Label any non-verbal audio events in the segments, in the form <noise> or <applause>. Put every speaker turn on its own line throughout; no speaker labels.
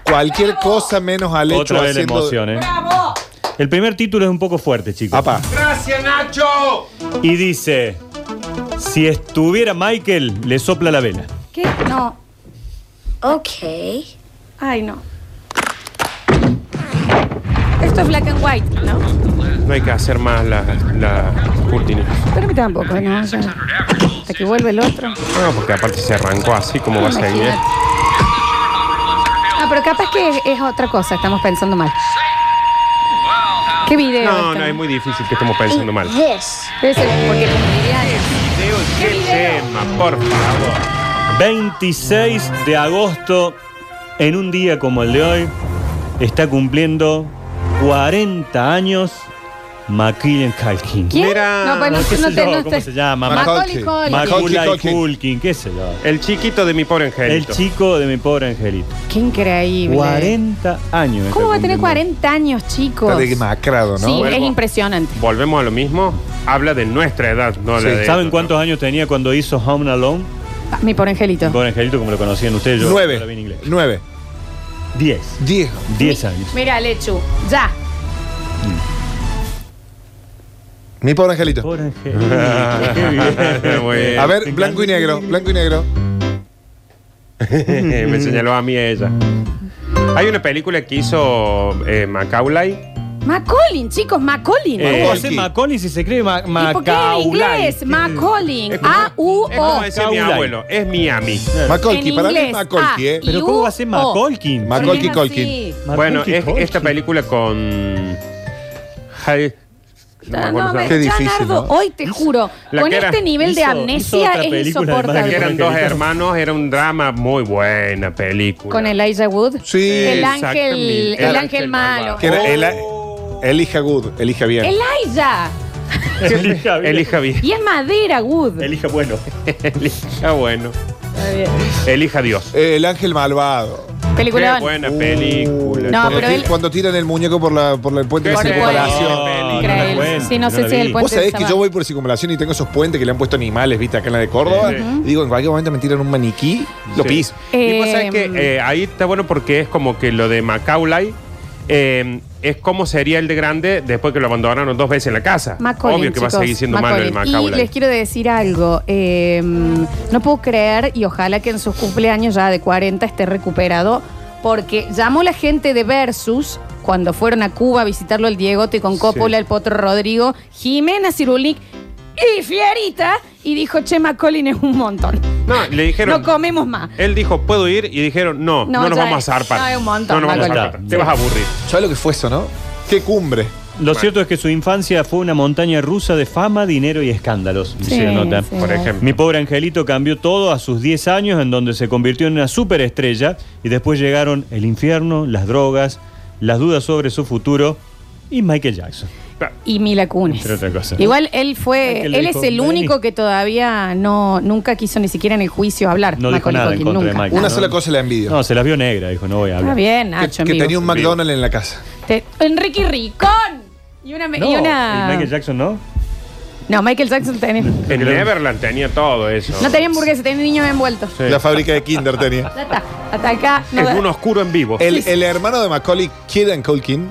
Cualquier cosa menos al hecho
Otra vez la
haciendo-
emoción, ¿eh? El primer título es un poco fuerte, chicos.
Apa,
Gracias, Nacho.
Y dice, si estuviera Michael, le sopla la vela.
¿Qué? No.
Okay.
Ay, no. Esto es black and white, ¿no?
No hay que hacer más la, la cortina.
Pero a mí tampoco, ¿no? O sea, hasta que vuelve el otro.
No, porque aparte se arrancó así como va a seguir.
Imagínate. Ah, pero capaz que es, es otra cosa, estamos pensando mal. ¿Qué video?
No,
este?
no, es muy difícil que estemos
Eh,
pensando mal.
This.
Debe ser porque los familiares.
Video,
¿Qué
¿Qué
video?
tema? Por favor.
26 de agosto, en un día como el de hoy, está cumpliendo 40 años Macaulay Culkin.
¿Quién?
Mira,
no, pues no,
Ah, ¿Qué
no
sé
te,
yo?
no
¿Cómo
te-
se llama?
Macaulay
Macaulay.
Culkin.
Macaulay
Culkin.
Culkin, qué sé yo.
El chiquito de mi pobre
El
angelito.
chico de mi pobre angelito.
Qué increíble.
40 años.
¿Cómo
está
va a tener
cumpliendo.
40 años, chicos?
está demacrado, ¿no?
Sí, es
Vuelvo.
impresionante.
Volvemos a lo mismo. Habla de nuestra edad, no la de.
¿Saben
ellos, <laughs>
cuántos años tenía cuando hizo Home Alone?
Ah, Mi por angelito.
Mi pobre angelito, como lo conocían ustedes. Yo yo la vi en
Nueve.
inglés.
Nueve.
10.
Diez.
10 años.
<laughs> Mira, Lechu, ya.
Mi pobre angelito.
Pobre
<laughs>
angelito. Qué <laughs> bien.
Muy bien.
A ver, blanco y negro, blanco y negro.
Eh, me señaló a mí ella. Hay una película que hizo eh, Macaulay.
Macaulay, chicos, Macaulay.
Eh,
¿no?
¿Cómo hace Macaulay si se cree ma
¿Y por qué en
Macaulay? Mm.
inglés? Macaulay.
Es como- Es
A-U-O.
como decía mi
Macaulay.
abuelo, es Miami.
Eh.
Macolki,
En
para mí
inglés,
es Macolki,
ah,
¿eh?
y-
Pero ¿cómo va a ser Macaulay?
Ma- Macaulay Culkin.
Bueno,
Macaulay
es-
Culkin.
esta película con. Ay, no me
No, no,
acuerdo su nombre.
Qué
Qué difícil, ¿no?
hoy te juro,
La
con
que era-
este nivel de
hizo- hizo
amnesia
otra
es
película, además,
que
insoportable.
eran dos hermanos, era un drama muy buena película.
Con Elijah Wood.
Sí.
El
Exactamente.
ángel, el, ángel malo.
Que era el-
Oh.
elija good, elija bien.
Elijah.
<laughs> Elija bien.
Elija bien.
Y es madera, Wood.
Elija bueno.
Elija bueno.
Está bien.
Elija Dios.
Eh, El ángel malvado.
Qué
Peliculón.
buena película.
No,
cuando,
pero
ti-
él-
cuando tiran el muñeco por, la, por el puente de
Por el
circunvalación.
puente.
Increíble.
No la cuento,
Sí, no sé
la
si
vi.
el puente-
Vos sabés que
Sabana.
yo voy por circunvalación y tengo esos puentes que le han puesto animales, viste, acá en la de Córdoba.
Sí, sí.
Y digo, en cualquier momento me tiran un maniquí, lo
Sí.
piso.
Y vos
Eh,
sabés que eh, ahí está bueno porque es como que lo de Macaulay eh, es como sería el de grande después que lo abandonaron dos veces en la casa.
Macaulay,
Obvio que va a
chicos,
seguir siendo malo el
Macaulay.
Macaulay.
Y les quiero decir algo. eh, no puedo creer y ojalá que en sus cumpleaños ya de 40 esté recuperado, porque llamó la gente de Versus cuando fueron a Cuba a visitarlo el Diegote con Coppola, el Potro Rodrigo, Jimena Cirulik y Fierita, y dijo, che, Macaulay es un montón.
No, le dijeron.
No comemos más.
Él dijo, ¿puedo ir? Y dijeron, no,
No,
no, nos
ya
vamos
es-
a zarpar.
no, es un montón,
No nos vamos a
Macaulay.
zarpar. Te vas a aburrir.
¿Sabés lo que fue eso, no? Qué cumbre.
Ah,
Lo cierto es que su infancia fue una montaña rusa de fama, dinero y escándalos.
Sí,
hicieron nota.
sí.
Por ejemplo.
Mi pobre angelito cambió todo a sus 10 años, en donde se convirtió en una superestrella, y después llegaron el infierno, las drogas, las dudas sobre su futuro y Michael Jackson.
Y Mila Kunis.
Entre otra cosa.
Igual él fue,
Ay, que
él
le
es
dijo,
el
"Vení".
único que todavía no, nunca quiso ni siquiera en el juicio hablar.
No dijo
Macaulay
nada en
Culkin,
contra de
nunca.
Michael.
Una
¿no?
sola cosa la envidio.
No, se las vio negra, dijo, no voy a
Está
hablar.
bien,
que
Nacho. Ah, en
que
vivo.
tenía un McDonald's en la casa.
Te- Enrique Ricón. Y una.
No,
y
¿el
una-
Michael Jackson no.
No, Michael Jackson tenía. No
En Neverland tenía todo eso.
tenía hamburguesa, tenía niños envueltos.
Sí.
La fábrica de
<laughs>
Kinder tenía.
Ya está. Hasta acá. no
Es
da-
un oscuro en vivo.
El, el hermano de Macaulay, Kieran Culkin,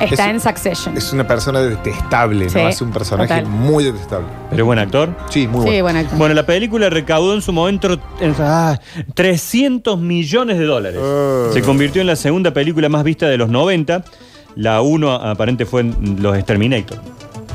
Está
Es-
en Succession.
Es una persona detestable,
Sí,
¿no? Hace un personaje
total.
muy detestable.
Pero buen actor.
Sí, muy
sí,
bueno.
bueno. acá.
Bueno, la película recaudó en su momento en- ah, 300 millones de dólares.
Ah.
Eh.
Se convirtió en la segunda película más vista de los 90. La 1 aparente fue en Los Exterminator.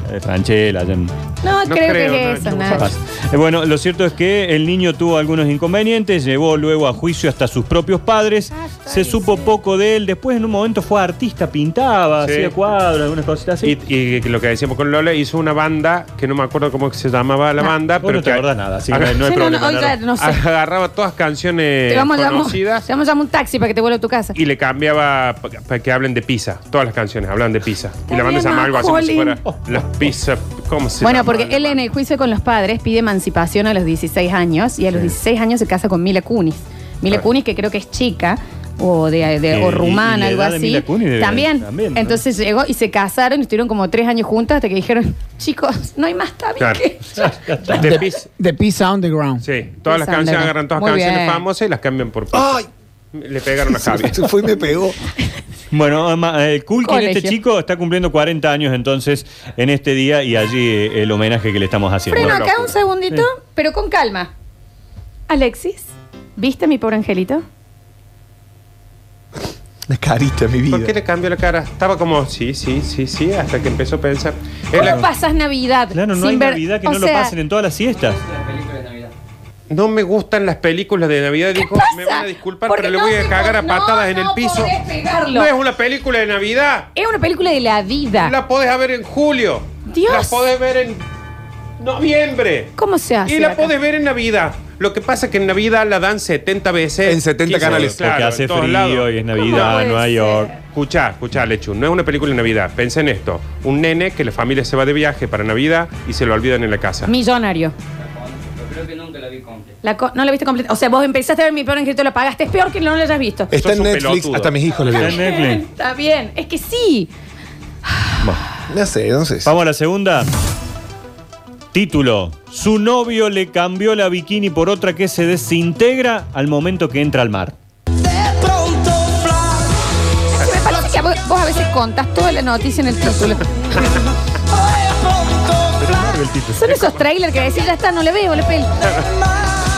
La de Franchella, ya en-
No,
No
creo,
creo,
que es
no,
eso,
no,
Nacho.
pasa. Eh, Bueno, lo cierto es que el niño tuvo algunos inconvenientes, llevó luego a juicio hasta sus propios padres, se supo poco de él, después en un momento fue artista, pintaba,
Sí.
hacía cuadros, algunas cositas <laughs> así.
Y, y lo que decíamos con Lola, hizo una banda que no me acuerdo cómo se llamaba la
No.
banda,
Vos
pero
no te
que-
acordás nada, así que no
Aga-
hay- no hay
Sí, no, no,
problema.
hoy
nada.
ya no sé.
agarraba todas canciones
Te vamos a llamar- te
conocidas
vamos a llamar un taxi para que te vuelva a tu casa.
y le cambiaba pa- para que hablen de pizza. Todas las canciones hablan de pizza. Y la banda se
bien,
llama algo así como si
Colin.
fuera las pizzas. ¿Cómo se
Bueno,
llama
porque
la
él en
banda?
el juicio con los padres pide emancipación a los 16 años y a los 16 años se casa con Mila Kunis. Mila
Claro.
Kunis, que creo que es chica o, de, de-
Eh,
o
Ah. y- y
rumana,
la
algo
edad de
así.
Mila Kunis debe-
también.
también, ¿no?
Entonces llegó y se casaron y estuvieron como tres años juntas hasta que dijeron, <laughs> chicos, no hay más
Claro.
tabique.
De pizza.
The Pizza Underground.
Sí, todas las
Pizza
canciones
Underground.
agarran todas
Muy
canciones
bien.
famosas y las cambian por pizza.
¡Ay!
Le pegaron
<laughs>
a Javi.
Se fue y me pegó.
Bueno, ama- eh, Kulkin,
Colegio.
este chico, está cumpliendo 40 años entonces en este día y allí eh, el homenaje que le estamos haciendo.
Freno
una
acá
locura.
un segundito, pero con calma. Alexis, ¿viste mi pobre angelito?
La carita, mi vida.
¿Por qué le cambió la cara? Estaba como, sí, sí, sí, sí, hasta que empezó a pensar.
¿Cómo
Él la-
pasas Navidad?
Claro, no
sin
hay
ver-
Navidad que
o
no lo
sea,
pasen en todas las siestas.
no me gustan las películas de Navidad. Dijo,
pasa?
me van a disculpar,
Porque
pero le
no
voy
se
a cagar a
po-
patadas
no,
en el
no
piso.
podés pegarlo.
No es una película de Navidad.
Es una película de la vida.
La podés ver en julio.
Dios.
La podés ver en noviembre.
¿Cómo se hace?
Y la
acá?
podés ver en Navidad. Lo que pasa es que en Navidad la dan 70 veces.
En 70
15,
canales.
Porque hace
en todos
frío
lados.
y es
¿Cómo
Navidad,
puede
Nueva
ser?
York.
Escuchá, escuchá, Lechu, no es una película de Navidad. Pensá en esto. Un nene que la familia se va de viaje para Navidad y se lo olvidan en la casa.
Millonario. La co- no la viste completa. O sea, vos empezaste a ver mi peor angelito, la pagaste. Es peor que no la hayas visto.
Está en
Sos un
Netflix,
pelotudo.
hasta mis hijos le
Está
vieron.
en
<laughs>
Netflix.
Está bien. Es que sí.
No sé, entonces.
Vamos a la segunda. Título. Su novio le cambió la bikini por otra que se desintegra al momento que entra al mar.
Me parece que a vos, vos a veces contás toda la noticia en el
<laughs>
título. Son esos trailers que decís, ya está, no le veo la peli.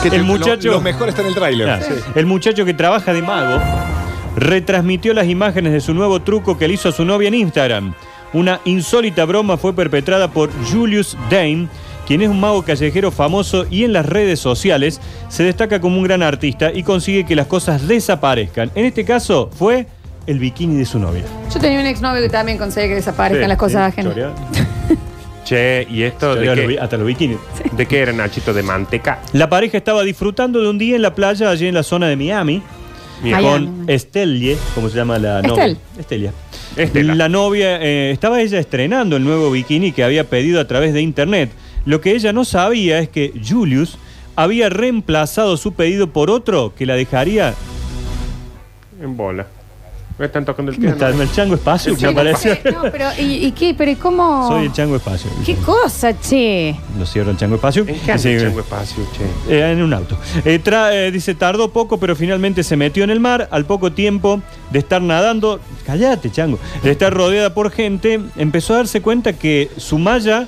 Que te-
el muchacho- Ah,
Lo, lo mejor está en el tráiler.
Nah,
Sí.
El muchacho que trabaja de mago retransmitió las imágenes de su nuevo truco que le hizo a su novia en Instagram. Una insólita broma fue perpetrada por Julius Dane, quien es un mago callejero famoso y en las redes sociales se destaca como un gran artista y consigue que las cosas desaparezcan. En este caso fue el bikini de su novia.
Yo tenía un exnovio que también conseguía que desaparezcan
Sí,
las cosas
sí,
ajenas.
chorea.
Che, ¿y esto de
Chorea los bi-
qué,
Hasta los bikinis.
de qué era Nachito? ¿De manteca?
La pareja estaba disfrutando de un día en la playa, allí en la zona de Miami,
Miami.
con Estelle, como se llama la novia.
Estel.
Estelia.
Estela.
La novia, eh, estaba ella estrenando el nuevo bikini que había pedido a través de internet. Lo que ella no sabía es que Julius había reemplazado su pedido por otro que la dejaría.
En bola. Me están tocando el
¿Qué está?
piano.
El chango espacio,
Sí,
me
no
apareció.
sé, No, pero ¿y, y qué? ¿Pero cómo?
<laughs> Soy el chango espacio.
¿Qué cosa, che?
Lo cierro el chango espacio.
¿En qué anda
Sí,
el chango espacio, che?
Eh, en un auto. Eh, tra- eh, dice, tardó poco, pero finalmente se metió en el mar. Al poco tiempo de estar nadando, callate, chango, de estar rodeada por gente, empezó a darse cuenta que su malla.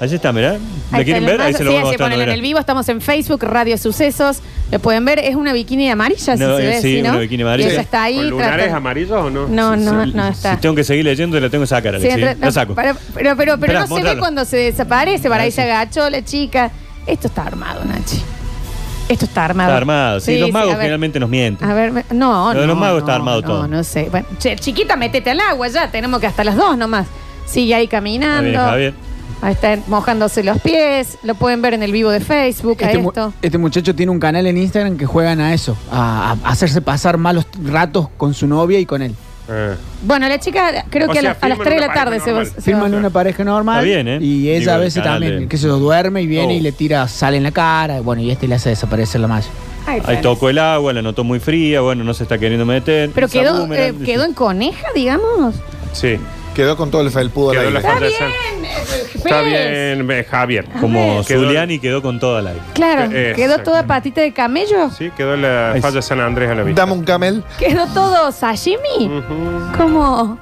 Allí está, mirá. ¿La
Ahí
quieren
está el
ver? Ahí
brazo.
se lo
Sí,
voy
así
mostrando,
ponen en
mirá.
el vivo, estamos en Facebook, Radio Sucesos. Lo pueden ver, es una bikini amarilla,
No,
si se
eh,
ve
sí,
así, ¿no?
una bikini amarilla.
Y ella está ahí.
¿Con lunares
trata-
amarillos o no?
No, no, no
Si
está.
tengo que seguir leyendo, la tengo que sacar,
Sí,
Alexis.
entra-
La saco.
para- pero pero, pero
Esperá,
no se ve
mostralo.
cuando se desaparece, para ahí se
Ah, sí.
agachó la chica. Esto está armado, Nachi. Esto está armado.
Está armado. Sí, los magos
a ver.
generalmente nos mienten.
A ver, me- no,
Lo
no.
de los magos está
no,
armado
no,
todo.
No sé. Bueno, che, chiquita, métete al agua ya. Tenemos que hasta las dos nomás. Sigue ahí
Está
caminando.
bien, Javier.
Ahí están mojándose los pies. Lo pueden ver en el vivo de Facebook. a
Este, mu-
esto.
este muchacho tiene un canal en Instagram que juegan a eso, a, a hacerse pasar malos ratos con su novia y con él.
Ah.
Bueno, la chica creo
O
que a,
sea,
las- a las
firman
3 de
una
la tarde
pareja
se va.
normal.
se
Firman
va.
una pareja
Está
normal
bien, ¿eh?
y
Digo,
ella a
el
veces
canal
también,
de-
que se lo duerme y viene
Oh.
y le tira sal en la cara, bueno, y este le hace desaparecer la malla.
Ay,
Ahí
Fran.
tocó el agua, la notó muy fría, bueno, no se está queriendo meter.
Pero
Esa
quedó, eh,
boomerang,
quedó en coneja, digamos.
Sí.
Quedó con todo el felpudo al
Quedó
aire.
la
Está
Puede
bien.
ser.
eh,
Está
Pérez.
bien, eh, Javier.
Como
Quedó-
Zuliani quedó con toda la aire.
Claro,
Eh,
quedó
exacto.
toda patita de camello.
Sí, quedó la
Ahí
falla San Andrés a la vista.
Dame un camel.
Quedó todo sashimi. Como.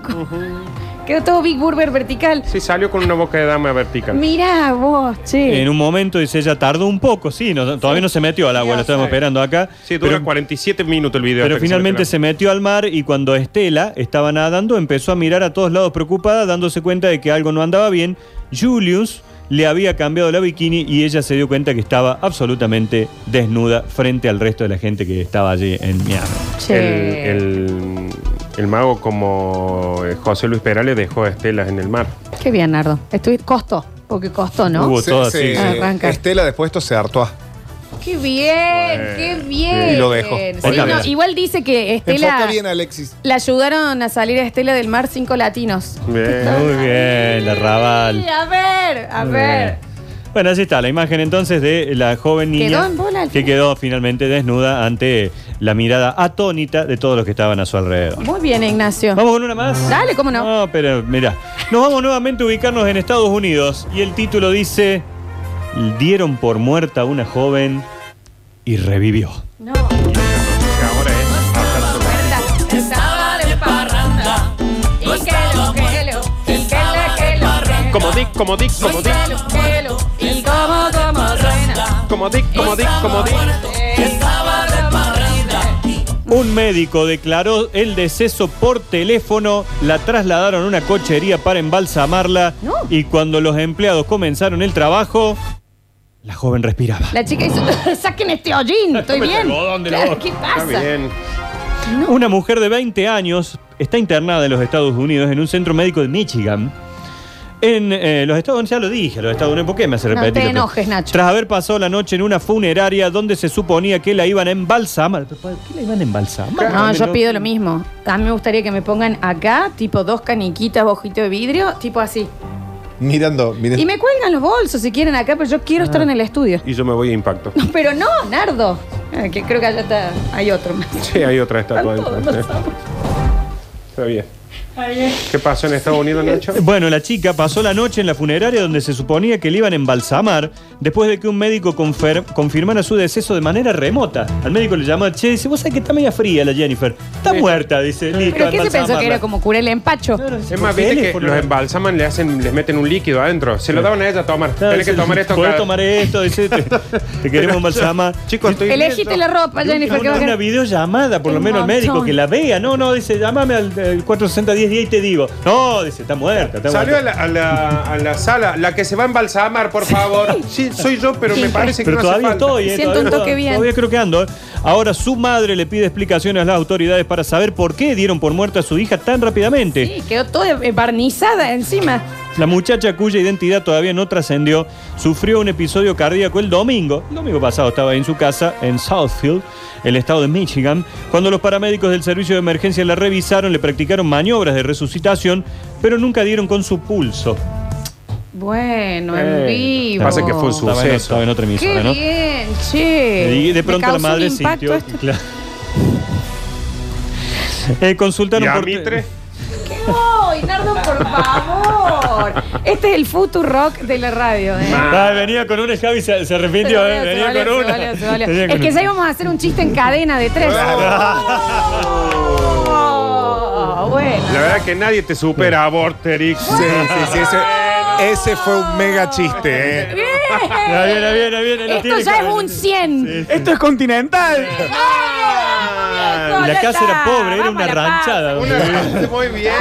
Quedó todo Big Burger vertical.
Sí, salió con una boca de dama vertical.
Mirá vos, che.
En un momento dice ella tardó un poco, sí, no- todavía no se metió al agua, lo estábamos esperando acá.
Sí, dura
pero-
47 minutos el video.
Pero
hasta que
finalmente
se
se metió al mar y cuando Estela estaba nadando empezó a mirar a todos lados preocupada, dándose cuenta de que algo no andaba bien. Julius le había cambiado la bikini y ella se dio cuenta que estaba absolutamente desnuda frente al resto de la gente que estaba allí en Miami.
mezcla.
Che.
el, el- el mago como eh, José Luis Perales dejó estelas en el mar.
Qué bien, Nardo. Estuvi- Costó, porque costó, ¿no?
Hubo- todo así.
Arranca.
Estela después esto se hartó.
Qué bien, qué bien.
Y lo dejo.
Sí,
Otra
no,
vez.
igual dice que Estela
Enfoca bien, Alexis.
la ayudaron a salir a Estela del mar cinco latinos.
Bien.
Muy bien, la Raval.
Sí, a ver, a
Muy
ver.
bien. Bueno, así está la imagen entonces de la joven niña
Quedó en bola al
que
final.
quedó finalmente desnuda ante la mirada atónita de todos los que estaban a su alrededor.
Muy bien, Ignacio.
¿Vamos con una más?
Dale, cómo no.
No, pero mira, nos vamos nuevamente a ubicarnos en Estados Unidos y el título dice, dieron por muerta a una joven y revivió.
No.
Que Ahora es hablar sobre-
Estaba de parranda. Y que lo, que lo, y que la, que lo, que
Como Dick, como Dick,
lo,
como
y que
Dick,
lo, que lo, y como, como reina.
como Dick, como Dick, como Dick.
Estaba de parranda.
Un médico declaró el deceso por teléfono, la trasladaron a una cochería para embalsamarla
No.
y cuando los empleados comenzaron el trabajo, la joven respiraba.
La chica hizo, <laughs> saquen este hollín, estoy
Sácame el
bien.
algodón de la
Claro, <laughs>
boca.
¿Qué
Está
pasa?
bien.
Una mujer de 20 años está internada en los Estados Unidos en un centro médico de Michigan. En eh, los Estados Unidos, ya lo dije, los Estados Unidos, ¿por qué me hace
No
repetir?
te
esto?
enojes, Nacho.
Tras haber pasado la noche en una funeraria donde se suponía que la iban a embalsamar. ¿Pero para ¿Qué la iban a embalsamar?
No, yo pido lo mismo. A mí me gustaría que me pongan acá, tipo dos caniquitas, ojito de vidrio, tipo así.
Mirando, mirando.
Y me cuelgan los bolsos si quieren acá, pero yo quiero estar en el estudio.
Y yo me voy a impacto. <laughs>
No, pero no, Nardo. Eh, Que creo que allá está, hay otro más.
Sí, hay otra estatua.
Están todos,
dentro. Está bien. ¿Qué pasó en Estados Unidos, Nacho?
Bueno, la chica pasó la noche en la funeraria donde se suponía que le iban a embalsamar después de que un médico confer- confirmara su deceso de manera remota. Al médico le llamó, che, dice, vos sabés que está media fría la Jennifer. Está muerta, dice. Listo,
¿Pero qué se pensó que
embalsamarla".
era como cura el empacho?
Claro,
Es
por
más, viste que
teléfono,
los
¿no?
embalsaman, le hacen, les meten un líquido adentro. Se lo daban a ella a tomar.
Claro,
Tenés que
dice,
tomar esto.
podés
cada-
tomar esto, dice, te, te
<laughs>
queremos embalsamar.
Chicos, estoy
Elegiste la ropa, Jennifer. que
Una,
va a
una
quedar-
videollamada, por lo
Un
menos el médico,
montón.
que la vea. No, no, dice, llámame al, al 460-1010 y te digo. No, dice, está muerta, está
Salió a
muerta.
la, a la- a la sala, la que se va a embalsamar, por favor. Sí, soy yo, pero me parece que
Pero
no hace
todavía
falta.
estoy, ¿eh?
Siento
todavía
un toque
estoy.
bien.
Todavía creo que ando. ¿eh? Ahora su madre le pide explicaciones a las autoridades para saber por qué dieron por muerta a su hija tan rápidamente.
Sí, quedó toda eh, barnizada encima.
La muchacha cuya identidad todavía no trascendió sufrió un episodio cardíaco el domingo. El domingo pasado estaba en su casa en Southfield, el estado de Michigan, cuando los paramédicos del servicio de emergencia la revisaron, le practicaron maniobras de resucitación, pero nunca dieron con su pulso.
Bueno, en
Eh,
vivo.
pasa que fue un
Estaba en,
Suceso.
estaba en otra emisora,
Qué
¿no?
bien, che.
Y de
Me
pronto la
causó un
madre
impacto
sintió.
esto.
Claro. Eh, consultaron
¿Y a
por
Mitre?
¿Qué voy, Nardo, por favor? Este es el futuro rock de la radio, ¿eh?
Ah, venía con una Javi se, se arrepintió, eh,
Se
venía
valió,
con
se
una.
valió, se valió.
Venía con
Es que
una.
ya íbamos a hacer un chiste en cadena de tres. Oh, bueno.
La verdad que nadie te supera a Vorterix.
Sí, sí, sí. Ese, ese fue un mega chiste, ¿eh?
Ahí viene, ahí viene, ahí viene, lo
Esto
tiene,
ya es
Carolina.
un 100.
Esto es continental.
Ah,
La
ya
casa era
está.
pobre, era
Vamos a
una
la paz.
<laughs>
ranchada.
Una- muy bien.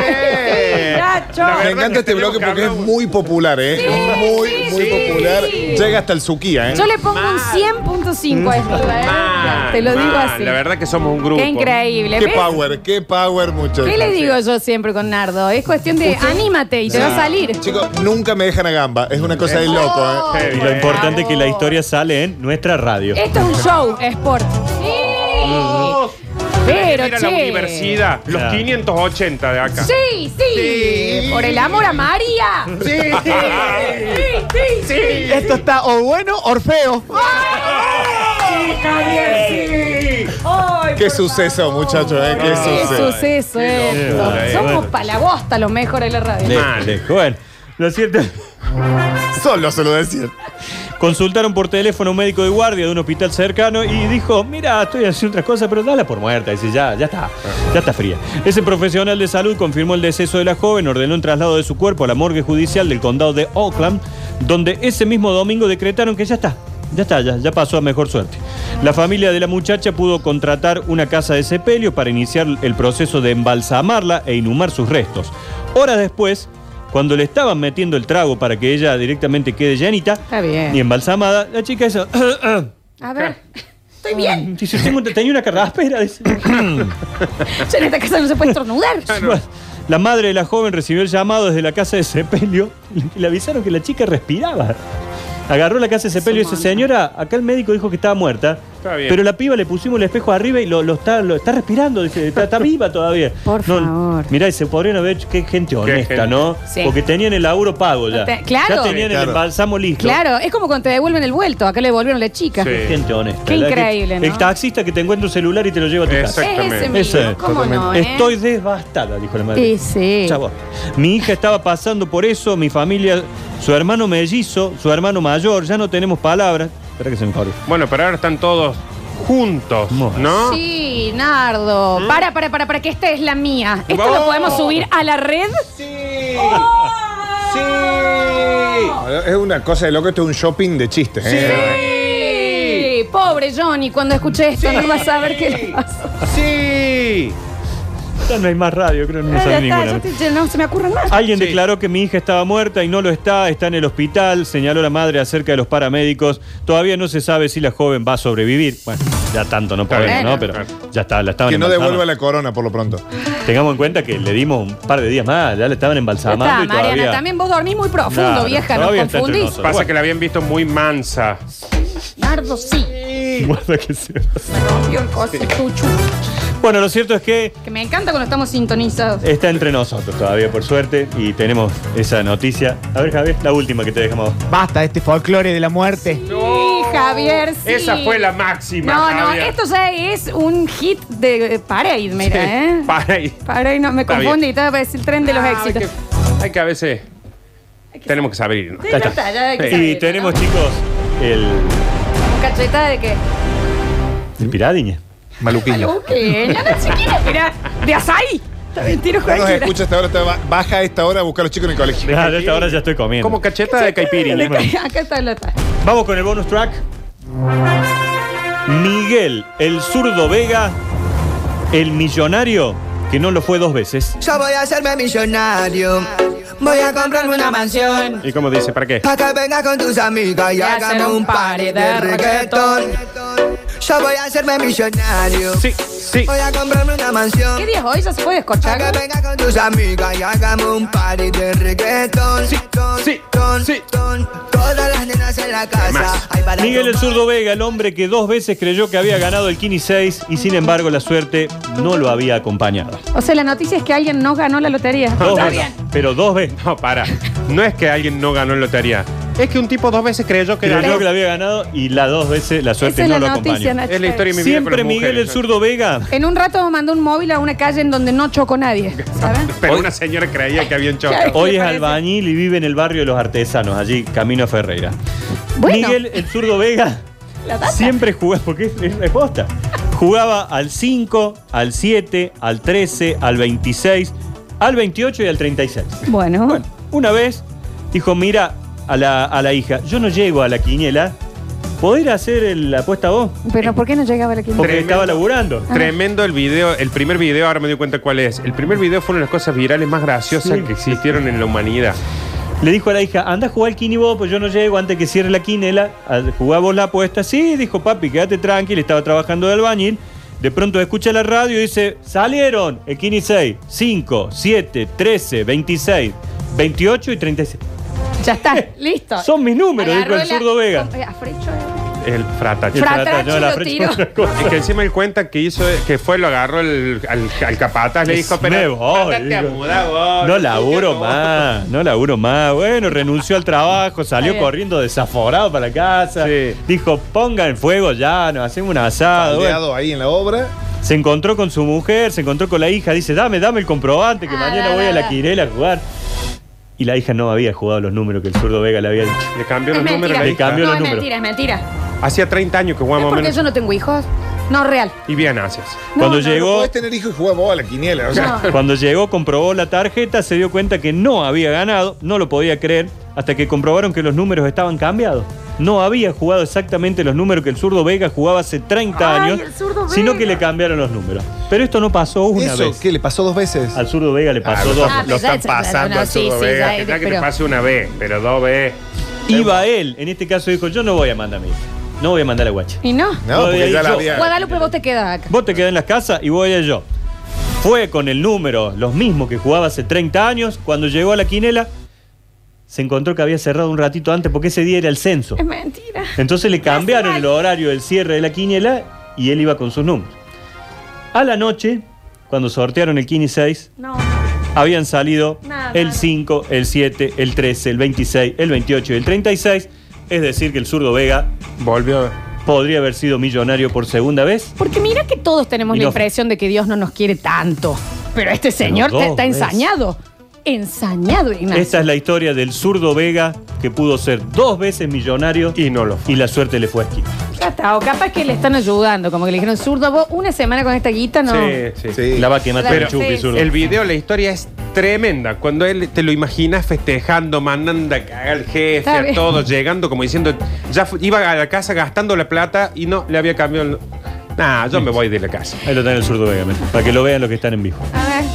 Nacho.
La verdad
Me
que
encanta este
tenemos
bloque
que
porque es
hablar un-
muy popular, ¿eh? Es muy, muy
sí.
popular. Llega hasta el Suquía, ¿eh?
Yo le pongo un 100.5 a esto, ¿eh?
Mal,
Te lo digo
mal.
así.
La verdad que somos un grupo.
Qué increíble.
Qué
¿Ves?
power, qué power, muchachos.
¿Qué le digo yo siempre con Nardo? Es cuestión de anímate y te va a salir. Oh.
Chicos, nunca me dejan a gamba. Es una cosa de loco, ¿eh?
Heavy.
Y lo importante es que la historia sale en nuestra radio.
Esto es un show, sport.
Todos.
Pero,
Mira la
che.
universidad, los
Claro.
580 de acá.
Sí, sí,
Sí.
Por el amor a María. Sí, sí, sí.
Esto está o bueno o feo.
Ay,
Qué
por
suceso,
favor.
muchachos, ¿eh? Qué
Qué
suceso.
suceso esto.
locura, eh,
Somos
bueno.
para la bosta los mejores de la radio.
Mal. Bueno, lo cierto,
Solo se lo decían.
Consultaron por teléfono a un médico de guardia de un hospital cercano y dijo, mira, estoy haciendo otras cosas, pero dala por muerta. Dice, ya, ya está, ya está fría. Ese profesional de salud confirmó el deceso de la joven, ordenó el traslado de su cuerpo a la morgue judicial del condado de Oakland, donde ese mismo domingo decretaron que ya está. Ya está, ya, ya pasó a mejor suerte. La familia de la muchacha pudo contratar una casa de sepelio para iniciar el proceso de embalsamarla e inhumar sus restos. Horas después, cuando le estaban metiendo el trago para que ella directamente quede llanita
Está bien.
y embalsamada, la chica <coughs> hizo...
A ver, estoy bien.
<coughs> Dice, "Tengo- tenía una carraspera. dice. <laughs>
Yo en esta casa no se puede estornudar.
La madre de la joven recibió el llamado desde la casa de sepelio <laughs> y le avisaron que la chica respiraba. Agarró la casa de sepelio y dice,
un montón.
señora, acá el médico dijo que estaba muerta.
Está bien.
Pero la piba le pusimos el espejo arriba y lo, lo está, lo está respirando, dice, está, está
<laughs>
viva todavía.
Por favor.
Mirá, y se podrían haber hecho, qué gente honesta,
gente.
¿no?
Sí.
Porque tenían el laburo pago
No
ya.
te- claro.
Ya tenían
Sí, claro.
el balsamo listo.
Claro, es como cuando te devuelven el vuelto. Acá le devolvieron la chica.
Sí.
Qué gente honesta.
Qué
la que-
increíble, ¿no?
El taxista que te encuentra un celular y te lo lleva a tu casa.
Es ese mismo.
Exactamente.
Ese,
¿Cómo no, eh?
Estoy devastada, dijo la madre.
Y sí.
Chabón. Mi hija estaba pasando por eso, mi familia, su hermano mellizo, su hermano mayor, ya no tenemos palabras. Espera que se me corre.
Bueno, pero ahora están todos juntos, ¿no?
Sí, Nardo.
¿Mm?
Para, para, para, para, que esta es la mía. ¿Esto lo
No.
podemos subir a la red?
Sí. Sí. Es una cosa de loco, esto es un shopping de chistes. ¿eh?
Sí. Pobre Johnny, cuando escuché esto no vas a saber qué le pasa.
Sí.
Ya no hay más radio, creo que no Ah,
Ah, ya
sale
está,
ninguna.
ya te- ya no se me ocurren más.
Alguien declaró que mi hija estaba muerta y no lo está, está en el hospital, señaló la madre acerca de los paramédicos. Todavía no se sabe si la joven va a sobrevivir. Bueno, ya tanto no podemos,
Bueno.
¿no? Pero ya está, la estaban
Que no
embalsamando.
devuelva la corona por lo pronto.
Tengamos en cuenta que le dimos un par de días más, ya la estaban
Ya
embalsamando
está,
y todavía...
Mariana, también vos dormís muy profundo,
Claro,
vieja, no
todavía está entre
confundís.
nosotros.
Pasa
Bueno.
que la habían visto muy mansa.
Nardo, sí.
<laughs> Guarda que se-
Dios, cosa, chuchu.
Bueno, lo cierto es que
Que me encanta cuando estamos sintonizados.
Está entre nosotros todavía, por suerte, y tenemos esa noticia. A ver, Javier, la última que te dejamos.
Basta de este folclore de la muerte.
Sí, Javier, sí.
Esa fue la máxima.
No, no,
Javier.
esto ya es un hit de eh, Parade, mira, ¿eh?
Para ahí.
Parade, no, me
Está bien.
confunde y estaba para decir el tren de los
Ah, hay
éxitos.
que- Hay que a veces. Tenemos que saber irnos.
Sí, ya está, ya hay que
Sí.
saber,
Y tenemos,
¿no?
chicos, el,
Cachetada de que.
el piradiña.
Maluquillo.
Ok, ya no se quiere, mira, de azaí. Está bien, tiro
No nos
cualquiera.
escucha hasta ahora, está ba- baja a esta hora a buscar a los chicos en el colegio.
Ah, yo hasta ahora ya estoy comiendo.
Como cacheta de caipirinha.
<laughs> Acá está la otra.
Vamos con el bonus track. Miguel, el zurdo Vega, el millonario, que no lo fue dos veces.
Yo voy a hacerme millonario. Voy a comprarme una mansión.
¿Y cómo dice? ¿Para qué?
Pa' que vengas con tus amigas y
Y hacer
hagamos
un
un
party
party
de
de reggaetón. Yo voy a hacerme millonario.
Sí, sí.
Voy a comprarme una
¿Qué
mansión.
día es hoy? ¿Ya se puede
Pa'
escuchar?
que vengas con tus amigas y hagamos un party de reggaetón.
Sí,
Ton,
sí,
ton,
sí.
ton. Todas las nenas en la casa.
Temazo.
Hay para
Miguel el
tomar.
zurdo Vega, el hombre que dos veces creyó que había ganado el Kini 6 y sin embargo la suerte no lo había acompañado.
O sea, la noticia es que alguien no ganó la lotería.
Dos
Está
veces,
bien.
pero dos veces.
No, para. No es que alguien no ganó en lotería. Es que un tipo dos veces creyó que
Creyó
ganó.
que la había ganado y la dos veces la suerte
Esa es
no
la
lo
noticia,
acompañó.
Nacho.
Es la historia de mi vida con
Siempre
las
Miguel el
mujeres. <laughs>
zurdo Vega.
En un rato mandó un móvil a una calle en donde no chocó nadie, ¿sabes?
Pero una señora creía que habían chocado.
Hoy
me
es
parece.
albañil y vive en el barrio de los artesanos, allí, camino a Ferreira.
Bueno.
Miguel el zurdo Vega
La data.
siempre jugaba, porque es, es posta. Jugaba al 5, al 7, al 13, al 26, al 28 y al 36.
Bueno,
Bueno, una vez dijo, mira a la, a la hija, yo no llego a la quiniela, ¿podés ir a hacer el- la apuesta vos?
pero ¿por qué no llegaba la quinta?
Porque
Tremendo.
estaba laburando.
Tremendo el video, el primer video, ahora me doy cuenta cuál es. El primer video fue una de las cosas virales más graciosas
Sí.
que existieron en la humanidad.
Le dijo a la hija, anda a jugar al quini vos, pues yo no llego antes que cierre la quinela. Al- Jugá vos la apuesta. Sí, dijo papi, quédate tranquilo, estaba trabajando de albañil. De pronto escucha la radio y dice, salieron el quini 6, 5, 7, 13, 26, 28 y 36.
Ya
<laughs>
está, listo.
Son mis números,
Agarró
dijo el
la-
zurdo Vega.
Eh, a Frecho, eh.
El fratacho.
Fra-
Fratacho,
Fratacho
no, la
lo
Frecha
tiró.
es otra cosa.
Es que encima él cuenta que hizo, que fue, lo agarró el- al, al capataz, le
Es
dijo,
nuevo,
pero andate a
digo.
mudar vos.
No
sé
laburo
qué,
más, no laburo más. Bueno, renunció al trabajo,
Está
salió
bien.
corriendo desaforado para la casa.
Sí.
Dijo, ponga en fuego ya, nos hacemos un asado. Bueno,
Aldeado ahí en la obra.
Se encontró con su mujer, se encontró con la hija, dice, dame, dame el comprobante, que
Ah,
mañana
da,
voy
da,
a la
da.
quirela a jugar. Y la hija no había jugado los números que el zurdo Vega le había dicho.
Le cambió
es
los números.
mentira.
a la
Le
hija.
cambió
no,
los
es
números.
mentira, es mentira.
Hacía 30 años que
Es
jugamos
porque
menos.
yo no tengo hijos. No, real.
Y bien haces.
No,
Cuando
no,
No
llegó,
podés tener hijos y jugar vos a la quiniela. O sea,
No.
Cuando llegó, comprobó la tarjeta, se dio cuenta que no había ganado, no lo podía creer, hasta que comprobaron que los números estaban cambiados. No había jugado exactamente los números que el zurdo Vega jugaba hace 30
Ay,
años,
el zurdo
sino
Vega.
que le cambiaron los números. Pero esto no pasó una
¿Eso
vez.
qué le pasó dos veces?
Al zurdo Vega le pasó
Ah,
dos.
Ah,
Lo
ya
están
se aclararon,
pasando
no,
al
sí,
zurdo
sí,
Vega.
ya,
que tal que
pero-
te pase una vez, pero dos veces.
Ah,
Iba él, en este caso dijo, yo no voy a mandar a mi hija. No voy a mandar a la guacha.
Y no.
No,
Todavía
porque ya
hizo.
la había.
Guadalupe, vos te quedas acá.
Vos te quedás en las casas y voy a yo. Fue con el número, los mismos que jugaba hace 30 años. Cuando llegó a la quinela, se encontró que había cerrado un ratito antes porque ese día era el censo.
Es mentira.
Entonces le cambiaron el horario del cierre de la quiniela y él iba con sus números. A la noche, cuando sortearon el 15 y 6,
No.
habían salido
Nada.
el 5, el 7, el 13, el 26, el 28 y el 36. Es decir, que el zurdo Vega
Volvió.
podría haber sido millonario por segunda vez.
Porque mira que todos tenemos
Y
la
no-
impresión de que Dios no nos quiere tanto. Pero este señor
dos
te- está
veces.
ensañado. Ensañado, Ignacio.
Esta es la historia del zurdo Vega que pudo ser dos veces millonario
Y no lo fue.
y la suerte le fue esquina.
Ya está, o capaz que le están ayudando, como que le dijeron, zurdo, vos una semana con esta guita no.
Sí, sí.
Sí.
La va a quemar
La
el
defensa.
chupi, zurdo.
El video, la historia es tremenda. Cuando él te lo imaginas festejando, mandando a cagar al jefe,
Está
a
bien.
todos, llegando como diciendo, ya fu- iba a la casa gastando la plata y no le había cambiado el. Nah, yo me voy de la casa.
Ahí lo tiene el zurdo Vega, men, para que lo vean los que están en vivo.
A ver.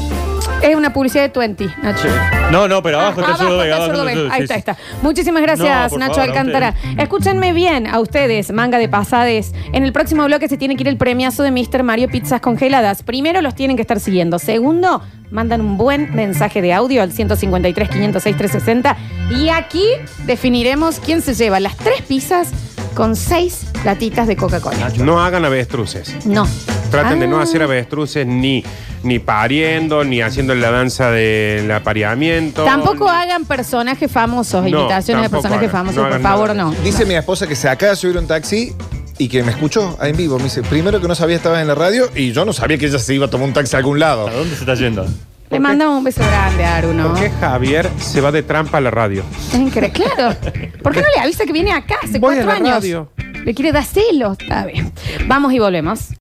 Es una publicidad de Twenty, Nacho.
No, no, pero abajo
Ah,
está el zurdo
abajo
Vega.
está el
abajo
zurdo
está el
Vega. Ahí
zurdo,
está,
sí,
ahí
sí.
está. Muchísimas gracias,
No, por
Nacho
favor, a
Alcántara.
ustedes.
Escúchenme bien, a ustedes, manga de pasades. En el próximo bloque se tiene que ir el premiazo de Mr. Mario Pizzas Congeladas. Primero, los tienen que estar siguiendo. Segundo, mandan un buen mensaje de audio al 153 506 360. Y aquí definiremos quién se lleva las tres pizzas con seis latitas de Coca-Cola.
No hagan avestruces.
No.
Traten de no
Ah.
hacer avestruces ni, ni pariendo, ni haciendo la danza del apareamiento.
Tampoco hagan personajes famosos,
No,
imitaciones de
tampoco
personajes
hagan.
famosos,
No
por
hagan
favor,
nada.
no.
Dice mi esposa que se acaba de subir a un taxi y que me escuchó en vivo. Me dice, primero que no sabía estabas en la radio y yo no sabía que ella se iba a tomar un taxi a algún lado.
¿A dónde se está yendo?
Le mandamos un beso grande a Aruno.
¿Por qué Javier se va de trampa a la radio?
Es increíble, claro. ¿Por qué no le avisa que viene acá hace
Voy a
cuatro
la
años?
radio.
Le quiere dar celos. Está bien. Vamos y volvemos.